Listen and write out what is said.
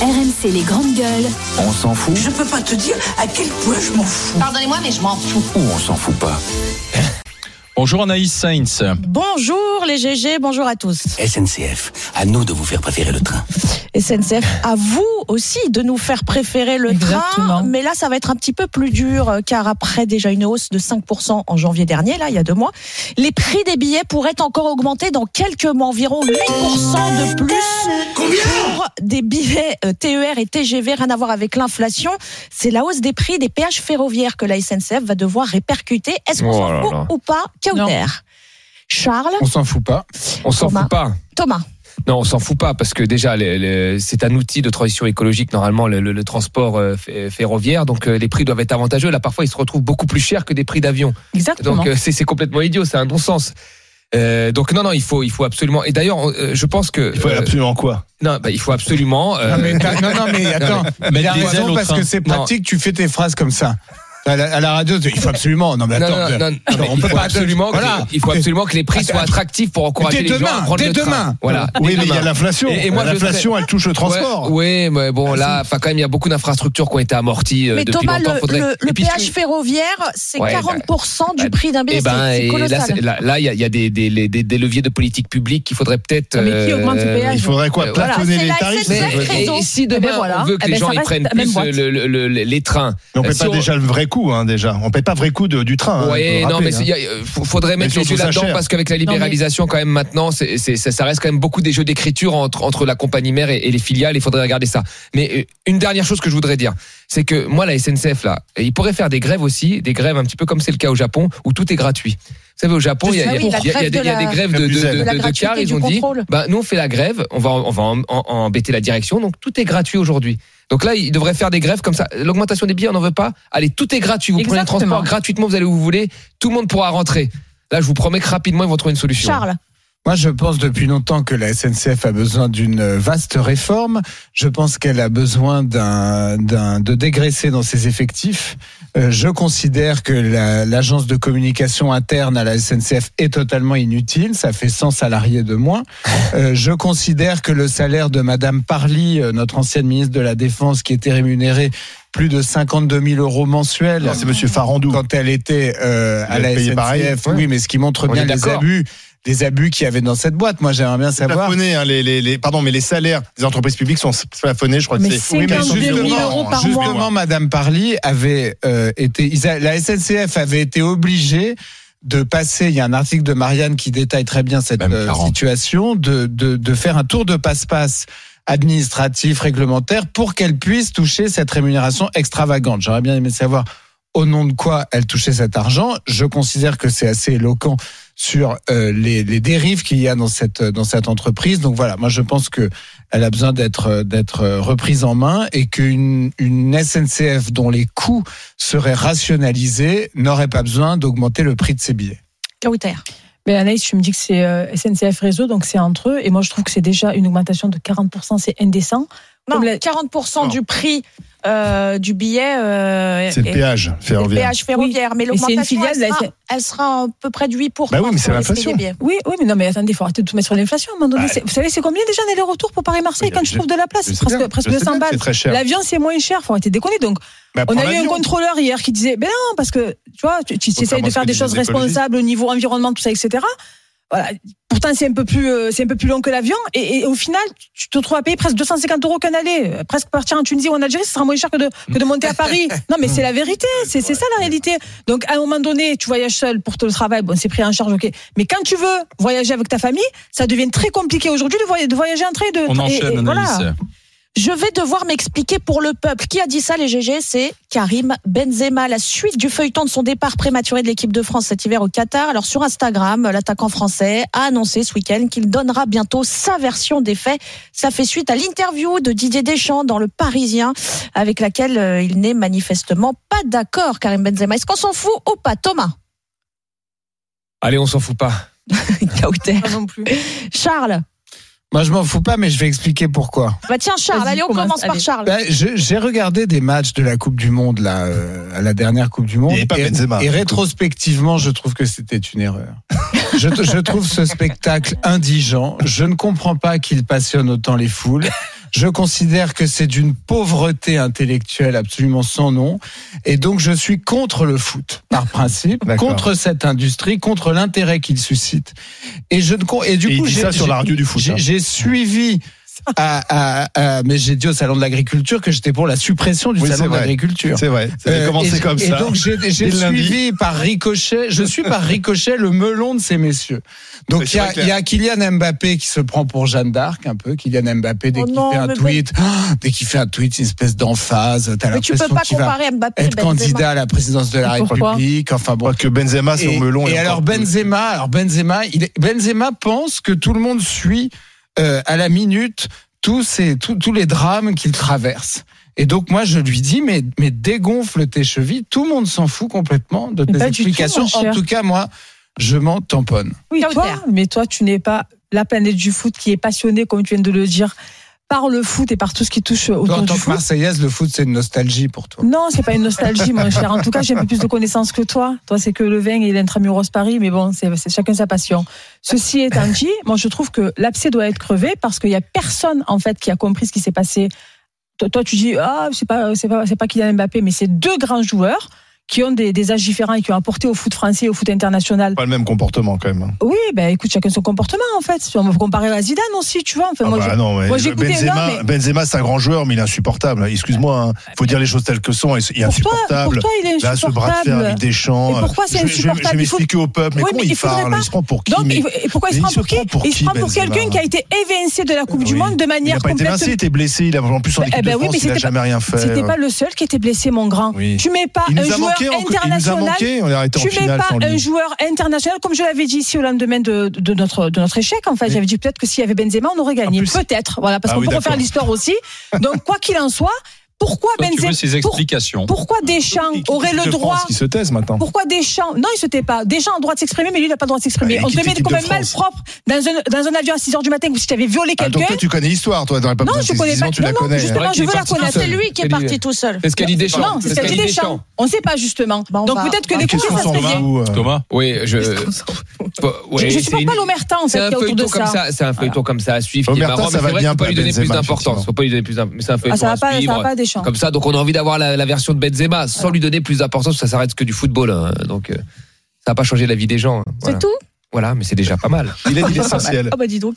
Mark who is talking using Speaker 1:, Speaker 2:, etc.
Speaker 1: RMC les grandes gueules.
Speaker 2: On s'en fout
Speaker 3: Je peux pas te dire à quel point je m'en fous.
Speaker 4: Pardonnez-moi, mais je m'en fous.
Speaker 2: ou on s'en fout pas
Speaker 5: Bonjour Anaïs Sainz.
Speaker 6: Bonjour les GG, bonjour à tous.
Speaker 7: SNCF, à nous de vous faire préférer le train.
Speaker 6: SNCF, à vous aussi de nous faire préférer le train. Mais là, ça va être un petit peu plus dur, euh, car après déjà une hausse de 5% en janvier dernier, là, il y a deux mois, les prix des billets pourraient encore augmenter dans quelques mois, environ 8% de plus pour des billets euh, TER et TGV, rien à voir avec l'inflation. C'est la hausse des prix des péages ferroviaires que la SNCF va devoir répercuter. Est-ce qu'on
Speaker 8: Oh
Speaker 6: s'en
Speaker 8: là
Speaker 6: fout
Speaker 8: là.
Speaker 6: ou pas Cauter. Charles,
Speaker 8: On s'en fout pas. On s'en
Speaker 6: Thomas.
Speaker 8: fout pas.
Speaker 6: Thomas.
Speaker 8: Non, on s'en fout pas parce que déjà, le- le- c'est un outil de transition écologique normalement le, le- le transport euh, f- ferroviaire. Donc euh, les prix doivent être avantageux. Là, parfois, ils se retrouvent beaucoup plus chers que des prix d'avion.
Speaker 6: Exactement.
Speaker 8: Donc euh, c'est c'est complètement idiot. C'est un bon sens. Euh, donc non non il faut il faut absolument et d'ailleurs on- euh, je pense que
Speaker 9: Il faut
Speaker 8: euh,
Speaker 9: absolument quoi
Speaker 8: non bah, il faut absolument euh,
Speaker 10: Non, mais t'as- non, non, mais attends, mais il a
Speaker 5: des ailes
Speaker 10: raison
Speaker 5: au
Speaker 10: parce
Speaker 5: train.
Speaker 10: que c'est
Speaker 8: Non.
Speaker 10: pratique, tu fais tes phrases comme ça. À la, à la radio, tu- il faut absolument. Non, mais
Speaker 8: non,
Speaker 10: attends, euh,
Speaker 8: non, non, non,
Speaker 10: genre,
Speaker 8: mais
Speaker 10: on
Speaker 8: il
Speaker 10: peut
Speaker 8: faut
Speaker 10: pas.
Speaker 8: absolument que-
Speaker 10: voilà.
Speaker 8: il faut absolument que les prix soient attractifs pour encourager
Speaker 10: Dès
Speaker 8: les gens à
Speaker 10: demain,
Speaker 8: prendre
Speaker 10: dès
Speaker 8: le train.
Speaker 10: demain.
Speaker 8: voilà
Speaker 10: Oui,
Speaker 8: dès
Speaker 10: mais il y a
Speaker 8: demain.
Speaker 10: l'inflation.
Speaker 8: Et- et moi, je
Speaker 10: L'inflation, elle touche le transport.
Speaker 8: Oui, mais bon, là, enfin, quand même, il y a beaucoup d'infrastructures qui ont été amorties euh,
Speaker 6: Mais
Speaker 8: depuis
Speaker 6: Thomas,
Speaker 8: longtemps.
Speaker 6: le,
Speaker 8: Faudrait-
Speaker 6: le- le
Speaker 8: Et puis,
Speaker 6: péage ferroviaire, c'est
Speaker 8: Ouais,
Speaker 6: 40%
Speaker 8: bah,
Speaker 6: du prix d'un billet.
Speaker 8: eh ben,
Speaker 6: c'est- c'est
Speaker 8: et là,
Speaker 6: colossal.
Speaker 8: c'est- là, là, il y a, il y a des, des, les- des- des leviers de politique publique qu'il faudrait peut-être.
Speaker 6: Ah, mais qui augmente le péage
Speaker 10: Il faudrait quoi
Speaker 8: Euh,
Speaker 6: voilà,
Speaker 10: Plafonner
Speaker 6: c'est la
Speaker 10: les tarifs
Speaker 6: SNCF
Speaker 10: c'est-
Speaker 6: qui
Speaker 8: mais-
Speaker 6: raison.
Speaker 8: et si
Speaker 6: Eh ben,
Speaker 8: demain
Speaker 6: voilà.
Speaker 8: on veut que
Speaker 6: Eh
Speaker 8: les
Speaker 6: ben,
Speaker 8: gens
Speaker 6: ça
Speaker 8: ils
Speaker 6: reste
Speaker 8: prennent
Speaker 6: la même
Speaker 8: plus
Speaker 6: boîte.
Speaker 8: euh, le- le- le- les trains.
Speaker 10: Mais on paie
Speaker 8: Si
Speaker 10: pas
Speaker 8: on-
Speaker 10: déjà le vrai coût, hein, déjà. On paie pas vrai coût de- du train. hein,
Speaker 8: Ouais,
Speaker 10: faut le
Speaker 8: non,
Speaker 10: rappeler,
Speaker 8: mais il y a- euh, faut- faudrait
Speaker 10: Mais
Speaker 8: mettre les
Speaker 10: surtout
Speaker 8: yeux
Speaker 10: ça
Speaker 8: là-dedans
Speaker 10: cher.
Speaker 8: parce qu'avec la
Speaker 6: mais-
Speaker 8: libéralisation quand même maintenant, c'est c'est- ça, ça reste quand même beaucoup des jeux d'écriture entre entre la compagnie mère et, et les filiales. Il faudrait regarder ça. Mais euh, une dernière chose que je voudrais dire, c'est que moi la SNCF là, et ils pourraient faire des grèves aussi, des grèves un petit peu comme c'est le cas au Japon où tout est gratuit. Vous savez, au Japon,
Speaker 6: Je
Speaker 8: il y a,
Speaker 6: sais,
Speaker 8: il y a-
Speaker 6: oui, la
Speaker 8: il y a- il y a des- il y a des grèves de, de,
Speaker 10: grève du
Speaker 8: de-
Speaker 10: zèle.
Speaker 8: de-
Speaker 6: De la
Speaker 8: de
Speaker 6: gratuité
Speaker 8: cars.
Speaker 6: et
Speaker 8: Ils
Speaker 6: du
Speaker 8: ont dit,
Speaker 6: contrôle.
Speaker 8: bah, nous on fait la grève, on va, en- on va en- en- en- embêter la direction, donc tout est gratuit aujourd'hui. Donc là, ils devraient faire des grèves comme ça. L'augmentation des billets, on n'en veut pas. Allez, tout est gratuit. Vous prenez le
Speaker 6: Exactement.
Speaker 8: transport gratuitement, vous allez où vous voulez. Tout le monde pourra rentrer. Là, je vous promets que rapidement, ils vont trouver une solution.
Speaker 6: Charles,
Speaker 10: Moi, je pense depuis longtemps que la SNCF a besoin d'une vaste réforme. Je pense qu'elle a besoin d'un, d'un, de dégraisser dans ses effectifs. Euh, je considère que la- l'agence de communication interne à la SNCF est totalement inutile. Ça fait 100 salariés de moins. Euh, je considère que le salaire de Madame Parly, euh, notre ancienne ministre de la Défense, qui était rémunérée plus de 52 000 euros mensuels.
Speaker 9: Non, c'est Monsieur Farandou.
Speaker 10: Quand elle était euh, à
Speaker 9: Elle
Speaker 10: la
Speaker 9: payait
Speaker 10: SNCF.
Speaker 9: pareil, ouais.
Speaker 10: Oui, mais ce qui montre
Speaker 8: On
Speaker 10: bien
Speaker 8: est
Speaker 10: les
Speaker 8: d'accord.
Speaker 10: abus, les abus qu'il y avait dans cette boîte. Moi, j'aimerais bien savoir.
Speaker 9: Plafonner, hein, les, les, les- pardon, mais les salaires des entreprises publiques sont plafonnés, je crois
Speaker 6: Mais
Speaker 9: que
Speaker 6: c'est
Speaker 9: c'est.
Speaker 6: 42 000 euros par mois.
Speaker 10: Justement, Madame Parly avait euh, été, ils a- la SNCF avait été obligée de passer, il y a un article de Marianne qui détaille très bien cette
Speaker 2: Même
Speaker 10: euh,
Speaker 2: 40.
Speaker 10: situation, de, de, de faire un tour de passe-passe administratif, réglementaire, pour qu'elle puisse toucher cette rémunération extravagante. J'aurais bien aimé savoir au nom de quoi elle touchait cet argent. Je considère que c'est assez éloquent sur euh, les, les dérives qu'il y a dans cette dans cette entreprise. Donc voilà, moi je pense que elle a besoin d'être euh, d'être euh, reprise en main et qu'une une SNCF dont les coûts seraient rationalisés n'aurait pas besoin d'augmenter le prix de ses billets.
Speaker 6: Cauter.
Speaker 11: Mais Anaïs, tu me dis que c'est euh, SNCF Réseau, donc c'est entre eux. Et moi, je trouve que c'est déjà une augmentation de 40%, c'est indécent.
Speaker 6: Non,
Speaker 11: Comme la-
Speaker 6: 40%
Speaker 9: Non.
Speaker 6: du prix euh, du billet euh,
Speaker 9: C'est le
Speaker 6: est-
Speaker 9: péage
Speaker 6: est
Speaker 9: ferroviaire.
Speaker 6: péage ferroviaire. Mais
Speaker 11: Et c'est une
Speaker 6: l'augmentation,
Speaker 11: filiale
Speaker 6: elle,
Speaker 11: de la
Speaker 6: sera-
Speaker 11: SN.
Speaker 6: elle sera à peu près de 8%
Speaker 9: Bah oui, mais c'est
Speaker 6: sur les prix
Speaker 9: l'inflation.
Speaker 6: des billets.
Speaker 11: Oui, oui, mais non, mais attendez, il faut arrêter de tout mettre sur l'inflation. à un moment donné.
Speaker 9: Bah,
Speaker 11: C'est- vous savez, c'est combien déjà l'aller-retour pour Paris-Marseille
Speaker 9: Oui,
Speaker 11: quand
Speaker 9: je-
Speaker 11: tu trouves de la place
Speaker 9: Je
Speaker 11: C'est
Speaker 9: sais bien,
Speaker 11: presque, presque
Speaker 9: je sais
Speaker 11: 200
Speaker 9: bien que
Speaker 11: balles.
Speaker 9: C'est très cher.
Speaker 11: L'avion, c'est moins cher, faut arrêter de déconner. Donc,
Speaker 9: Bah,
Speaker 5: Ah,
Speaker 11: on
Speaker 9: prends
Speaker 11: a eu un
Speaker 9: l'avion.
Speaker 11: contrôleur hier qui disait, ben non, parce que, tu vois, tu, tu essayes
Speaker 9: Contrairement
Speaker 11: de
Speaker 9: à ce
Speaker 11: faire
Speaker 9: que
Speaker 11: des
Speaker 9: disent
Speaker 11: choses
Speaker 9: les écologistes.
Speaker 11: responsables au niveau environnement, tout ça, etc. Voilà. Pourtant, c'est un peu plus, euh, c'est un peu plus long que l'avion. Et, et au final, tu te retrouves à payer presque 250 euros qu'un aller. Euh, Presque partir en Tunisie ou en Algérie, ce sera moins cher que de, que de monter à Paris. Non, mais c'est la vérité. C'est, c'est ça la réalité. Donc, à un moment donné, tu voyages seul pour le travail. Bon, c'est pris en charge, ok. Mais quand tu veux voyager avec ta famille, ça devient très compliqué aujourd'hui de, voy- de voyager en train. et De,
Speaker 5: On
Speaker 11: et-
Speaker 5: enchaîne,
Speaker 11: et
Speaker 5: Anaïs.
Speaker 11: voilà.
Speaker 6: Je vais devoir m'expliquer pour le peuple. Qui a dit ça, les GG C'est Karim Benzema. La suite du feuilleton de son départ prématuré de l'équipe de France cet hiver au Qatar. Alors, sur Instagram, l'attaquant français a annoncé ce week-end qu'il donnera bientôt sa version des faits. Ça fait suite à l'interview de Didier Deschamps dans Le Parisien, avec laquelle euh, il n'est manifestement pas d'accord, Karim Benzema. Est-ce qu'on s'en fout ou pas, Thomas
Speaker 8: Allez, on s'en fout pas.
Speaker 6: Kauter.
Speaker 11: Pas non plus.
Speaker 6: Charles.
Speaker 10: Moi, je m'en fous pas, mais je vais expliquer pourquoi.
Speaker 6: Bah, tiens, Charles,
Speaker 11: Vas-y,
Speaker 6: allez, on commence
Speaker 11: commence,
Speaker 6: par
Speaker 11: allez.
Speaker 6: Charles.
Speaker 10: Ben, je- J'ai regardé des matchs de la Coupe du Monde, là, euh, à la dernière Coupe du Monde.
Speaker 9: Il y avait pas
Speaker 10: et,
Speaker 9: Benzema.
Speaker 10: et rétrospectivement, je trouve que c'était une erreur. je, je trouve ce spectacle indigent. Je ne comprends pas qu'il passionne autant les foules. Je considère que c'est d'une pauvreté intellectuelle absolument sans nom. Et donc, je suis contre le foot, par principe,
Speaker 9: D'accord.
Speaker 10: contre cette industrie, contre l'intérêt qu'il suscite. Et je ne con- et du
Speaker 9: Et il
Speaker 10: coup,
Speaker 9: dit
Speaker 10: j'ai-
Speaker 9: ça sur
Speaker 10: j'ai-
Speaker 9: la radio du foot,
Speaker 10: j'ai-
Speaker 9: hein.
Speaker 10: J'ai suivi. à- à- à- Ah, mais j'ai dit au salon de l'agriculture que j'étais pour la suppression du
Speaker 9: Oui,
Speaker 10: salon
Speaker 9: c'est
Speaker 10: de
Speaker 9: vrai.
Speaker 10: l'agriculture.
Speaker 9: C'est vrai. Ça avait
Speaker 10: Euh,
Speaker 9: commencé
Speaker 10: et-
Speaker 9: comme
Speaker 10: et
Speaker 9: ça.
Speaker 10: donc j'ai j'ai
Speaker 9: Dès le lundi.
Speaker 10: suivi par ricochet, je suis par ricochet le melon de ces messieurs.
Speaker 9: Mais
Speaker 10: Donc
Speaker 9: c'est
Speaker 10: il y, a-
Speaker 9: vrai que la-
Speaker 10: il y a Kylian Mbappé qui se prend pour Jeanne d'Arc un peu. Kylian Mbappé dès
Speaker 6: Oh
Speaker 10: qu'il
Speaker 6: non,
Speaker 10: fait un
Speaker 6: mais
Speaker 10: tweet, ah, dès qu'il fait un tweet, une espèce d'emphase. T'as
Speaker 6: Mais tu peux
Speaker 10: l'impression
Speaker 6: pas
Speaker 10: qu'il va
Speaker 6: comparer Mbappé
Speaker 10: être
Speaker 6: Benzema.
Speaker 10: candidat à la présidence de la
Speaker 6: Et pourquoi
Speaker 10: République. Enfin bon.
Speaker 9: Moi, que Benzema, c'est
Speaker 10: Et,
Speaker 9: au melon.
Speaker 10: et
Speaker 9: encore
Speaker 10: alors
Speaker 9: plus.
Speaker 10: Benzema, alors Benzema, il est- Benzema pense que tout le monde suit euh, à la minute tous ces tous, tous les drames qu'il traverse. Et donc moi je lui dis mais mais dégonfle tes chevilles, tout le monde s'en fout complètement de
Speaker 11: Mais
Speaker 10: tes
Speaker 11: pas du tout,
Speaker 10: explications.
Speaker 11: mon cher.
Speaker 10: en tout cas moi je m'en tamponne.
Speaker 11: Oui,
Speaker 6: Cauter.
Speaker 11: toi, mais toi, tu n'es pas la planète du foot qui est passionnée, comme tu viens de le dire, par le foot et par tout ce qui touche
Speaker 10: Toi,
Speaker 11: autour
Speaker 10: en
Speaker 11: du
Speaker 10: tant que
Speaker 11: foot.
Speaker 10: Marseillaise, le foot c'est une nostalgie pour toi.
Speaker 11: Non, c'est pas une nostalgie, mon cher. En tout cas, j'ai un peu plus de connaissances que toi. Toi, c'est que le vin et l'intramuros Paris, mais bon, c'est c'est chacun sa passion. Ceci étant dit, moi, je trouve que l'abcès doit être crevé parce qu'il y a personne, en fait, qui a compris ce qui s'est passé. Toi, toi, tu dis, ah, c'est pas, c'est pas, c'est pas Kylian Mbappé, mais c'est deux grands joueurs qui ont des, des âges différents et qui ont apporté au foot français et au foot international.
Speaker 9: Pas le même comportement, quand même. hein.
Speaker 11: Oui, ben écoute, chacun son comportement, en fait. Si on me comparer à Zidane aussi, tu vois. Enfin,
Speaker 9: Ah
Speaker 11: moi,
Speaker 9: bah
Speaker 11: je-
Speaker 9: non, mais
Speaker 11: moi,
Speaker 9: le
Speaker 11: j'écoutais-
Speaker 9: Benzema,
Speaker 11: non, mais-
Speaker 9: Benzema, c'est un grand joueur, mais il est insupportable. Excuse-moi, hein. faut dire les choses telles que sont. Il est
Speaker 11: pour, toi, pour
Speaker 9: insupportable.
Speaker 11: toi, il est
Speaker 9: Là, ce bras de fer
Speaker 11: insupportable.
Speaker 9: avec Deschamps. euh,
Speaker 11: Et pourquoi c'est
Speaker 9: Je vais- je vais- Je vais
Speaker 11: insupportable Il faut-
Speaker 9: m'expliquer au peuple. Mais
Speaker 11: Oui,
Speaker 9: comment
Speaker 11: mais
Speaker 9: il
Speaker 11: il faudrait
Speaker 9: parle
Speaker 11: pas.
Speaker 9: Il se prend pour qui
Speaker 11: Donc,
Speaker 9: mais-
Speaker 11: il- et pourquoi il se
Speaker 9: mais
Speaker 11: prend
Speaker 9: il se
Speaker 11: pour qui
Speaker 9: prend pour
Speaker 11: Il se
Speaker 9: qui,
Speaker 11: prend pour
Speaker 9: Benzema
Speaker 11: quelqu'un qui a été évincé de la Coupe du
Speaker 9: Oui.
Speaker 11: Monde de
Speaker 9: Il
Speaker 11: manière
Speaker 9: n'a pas été
Speaker 11: complètement.
Speaker 9: lancé, il était blessé. Il a, en plus, en
Speaker 11: Bah,
Speaker 9: équipe
Speaker 11: eh ben
Speaker 9: de
Speaker 11: oui,
Speaker 9: France,
Speaker 11: mais
Speaker 9: il n'a
Speaker 11: c'était
Speaker 9: jamais rien fait.
Speaker 11: C'était pas le seul qui était blessé, mon grand.
Speaker 9: euh. Oui.
Speaker 11: Tu mets pas
Speaker 9: Il
Speaker 11: un
Speaker 9: nous a
Speaker 11: joueur
Speaker 9: manqué, en- il nous a
Speaker 11: international.
Speaker 9: manqué. On est arrêté en
Speaker 11: Tu mets
Speaker 9: finale
Speaker 11: pas
Speaker 9: sans
Speaker 11: un
Speaker 9: lui.
Speaker 11: joueur international, comme je l'avais dit ici au lendemain de, de notre, de notre échec. En fait, j'avais dit peut-être que s'il y avait Benzema, on aurait gagné.
Speaker 9: En plus-
Speaker 11: Peut-être. Voilà, parce
Speaker 9: Ah
Speaker 11: qu'on
Speaker 9: oui,
Speaker 11: peut
Speaker 9: d'accord.
Speaker 11: refaire l'histoire aussi. Donc, quoi qu'il en soit, pourquoi
Speaker 5: Toi, tu
Speaker 11: Benzema
Speaker 5: veux ces
Speaker 11: pour-
Speaker 5: explications
Speaker 11: Pourquoi Deschamps
Speaker 9: L'équipe
Speaker 11: aurait
Speaker 9: de
Speaker 11: le
Speaker 9: France
Speaker 11: droit
Speaker 9: Ah. qui se taise maintenant.
Speaker 11: pourquoi Deschamps Non, il se tait pas. Deschamps a le droit de s'exprimer, mais lui, il n'a pas le droit de s'exprimer.
Speaker 9: Bah, il
Speaker 11: On te
Speaker 9: quitte
Speaker 11: met
Speaker 9: l'équipe
Speaker 11: quand
Speaker 9: de
Speaker 11: même mal
Speaker 9: France.
Speaker 11: propre dans un, dans un avion à 6 h du matin comme si tu avais violé
Speaker 9: Ah,
Speaker 11: quelqu'un.
Speaker 9: donc toi, tu connais l'histoire, toi. t'aurais pas
Speaker 11: Non,
Speaker 9: besoin de
Speaker 11: je
Speaker 9: ces
Speaker 11: connais
Speaker 9: disons,
Speaker 11: pas.
Speaker 9: Tu
Speaker 11: Non,
Speaker 9: la
Speaker 11: non,
Speaker 9: connais. Ah,
Speaker 11: justement,
Speaker 8: Ouais,
Speaker 11: je
Speaker 8: il est
Speaker 11: veux la
Speaker 8: parti tout
Speaker 11: connaître.
Speaker 6: C'est
Speaker 8: seul.
Speaker 6: lui qui est
Speaker 8: Quelle
Speaker 6: parti
Speaker 8: idée.
Speaker 6: tout seul.
Speaker 8: C'est ce qu'a dit Deschamps.
Speaker 11: Non, c'est ce qu'a dit Deschamps. On ne sait pas justement.
Speaker 6: Bah, on
Speaker 11: Donc
Speaker 6: va-
Speaker 11: peut-être que
Speaker 6: on va-
Speaker 11: les
Speaker 9: Ah, Qu'est-ce
Speaker 11: coups,
Speaker 9: qu'on
Speaker 11: ça
Speaker 9: s'en
Speaker 11: serait
Speaker 9: va
Speaker 11: bien.
Speaker 9: où, euh,
Speaker 5: Thomas
Speaker 8: Oui, je. Bah,
Speaker 11: Je
Speaker 8: ouais,
Speaker 11: ne
Speaker 8: c'est
Speaker 11: supporte
Speaker 8: une-
Speaker 11: pas l'omerta en fait
Speaker 8: C'est un
Speaker 11: qu'il y a autour de
Speaker 8: feuilleton comme
Speaker 11: ça.
Speaker 8: ça, c'est un feuilleton comme ça à suivre qui est
Speaker 9: Omerta,
Speaker 8: marrant, mais
Speaker 9: ça
Speaker 8: c'est
Speaker 9: va
Speaker 8: vrai qu'il faut
Speaker 9: bien
Speaker 8: pas
Speaker 9: pour
Speaker 8: lui donner plus
Speaker 9: Benzema,
Speaker 8: d'importance,
Speaker 9: effectivement.
Speaker 8: faut pas lui donner plus d'importance, mais c'est un
Speaker 11: Ah,
Speaker 8: feuilleton
Speaker 11: ça
Speaker 8: à
Speaker 11: va pas, ça va
Speaker 8: suivre.
Speaker 11: pas Deschamps.
Speaker 8: Comme ça, donc on a envie d'avoir la, la version de Benzema sans lui donner plus d'importance, ça s'arrête que du football. hein. Donc euh, ça va pas changer la vie des gens. hein. Voilà.
Speaker 6: C'est tout
Speaker 8: Voilà, mais c'est déjà pas mal.
Speaker 9: Il est il est essentiel.
Speaker 11: Ah bah dis donc.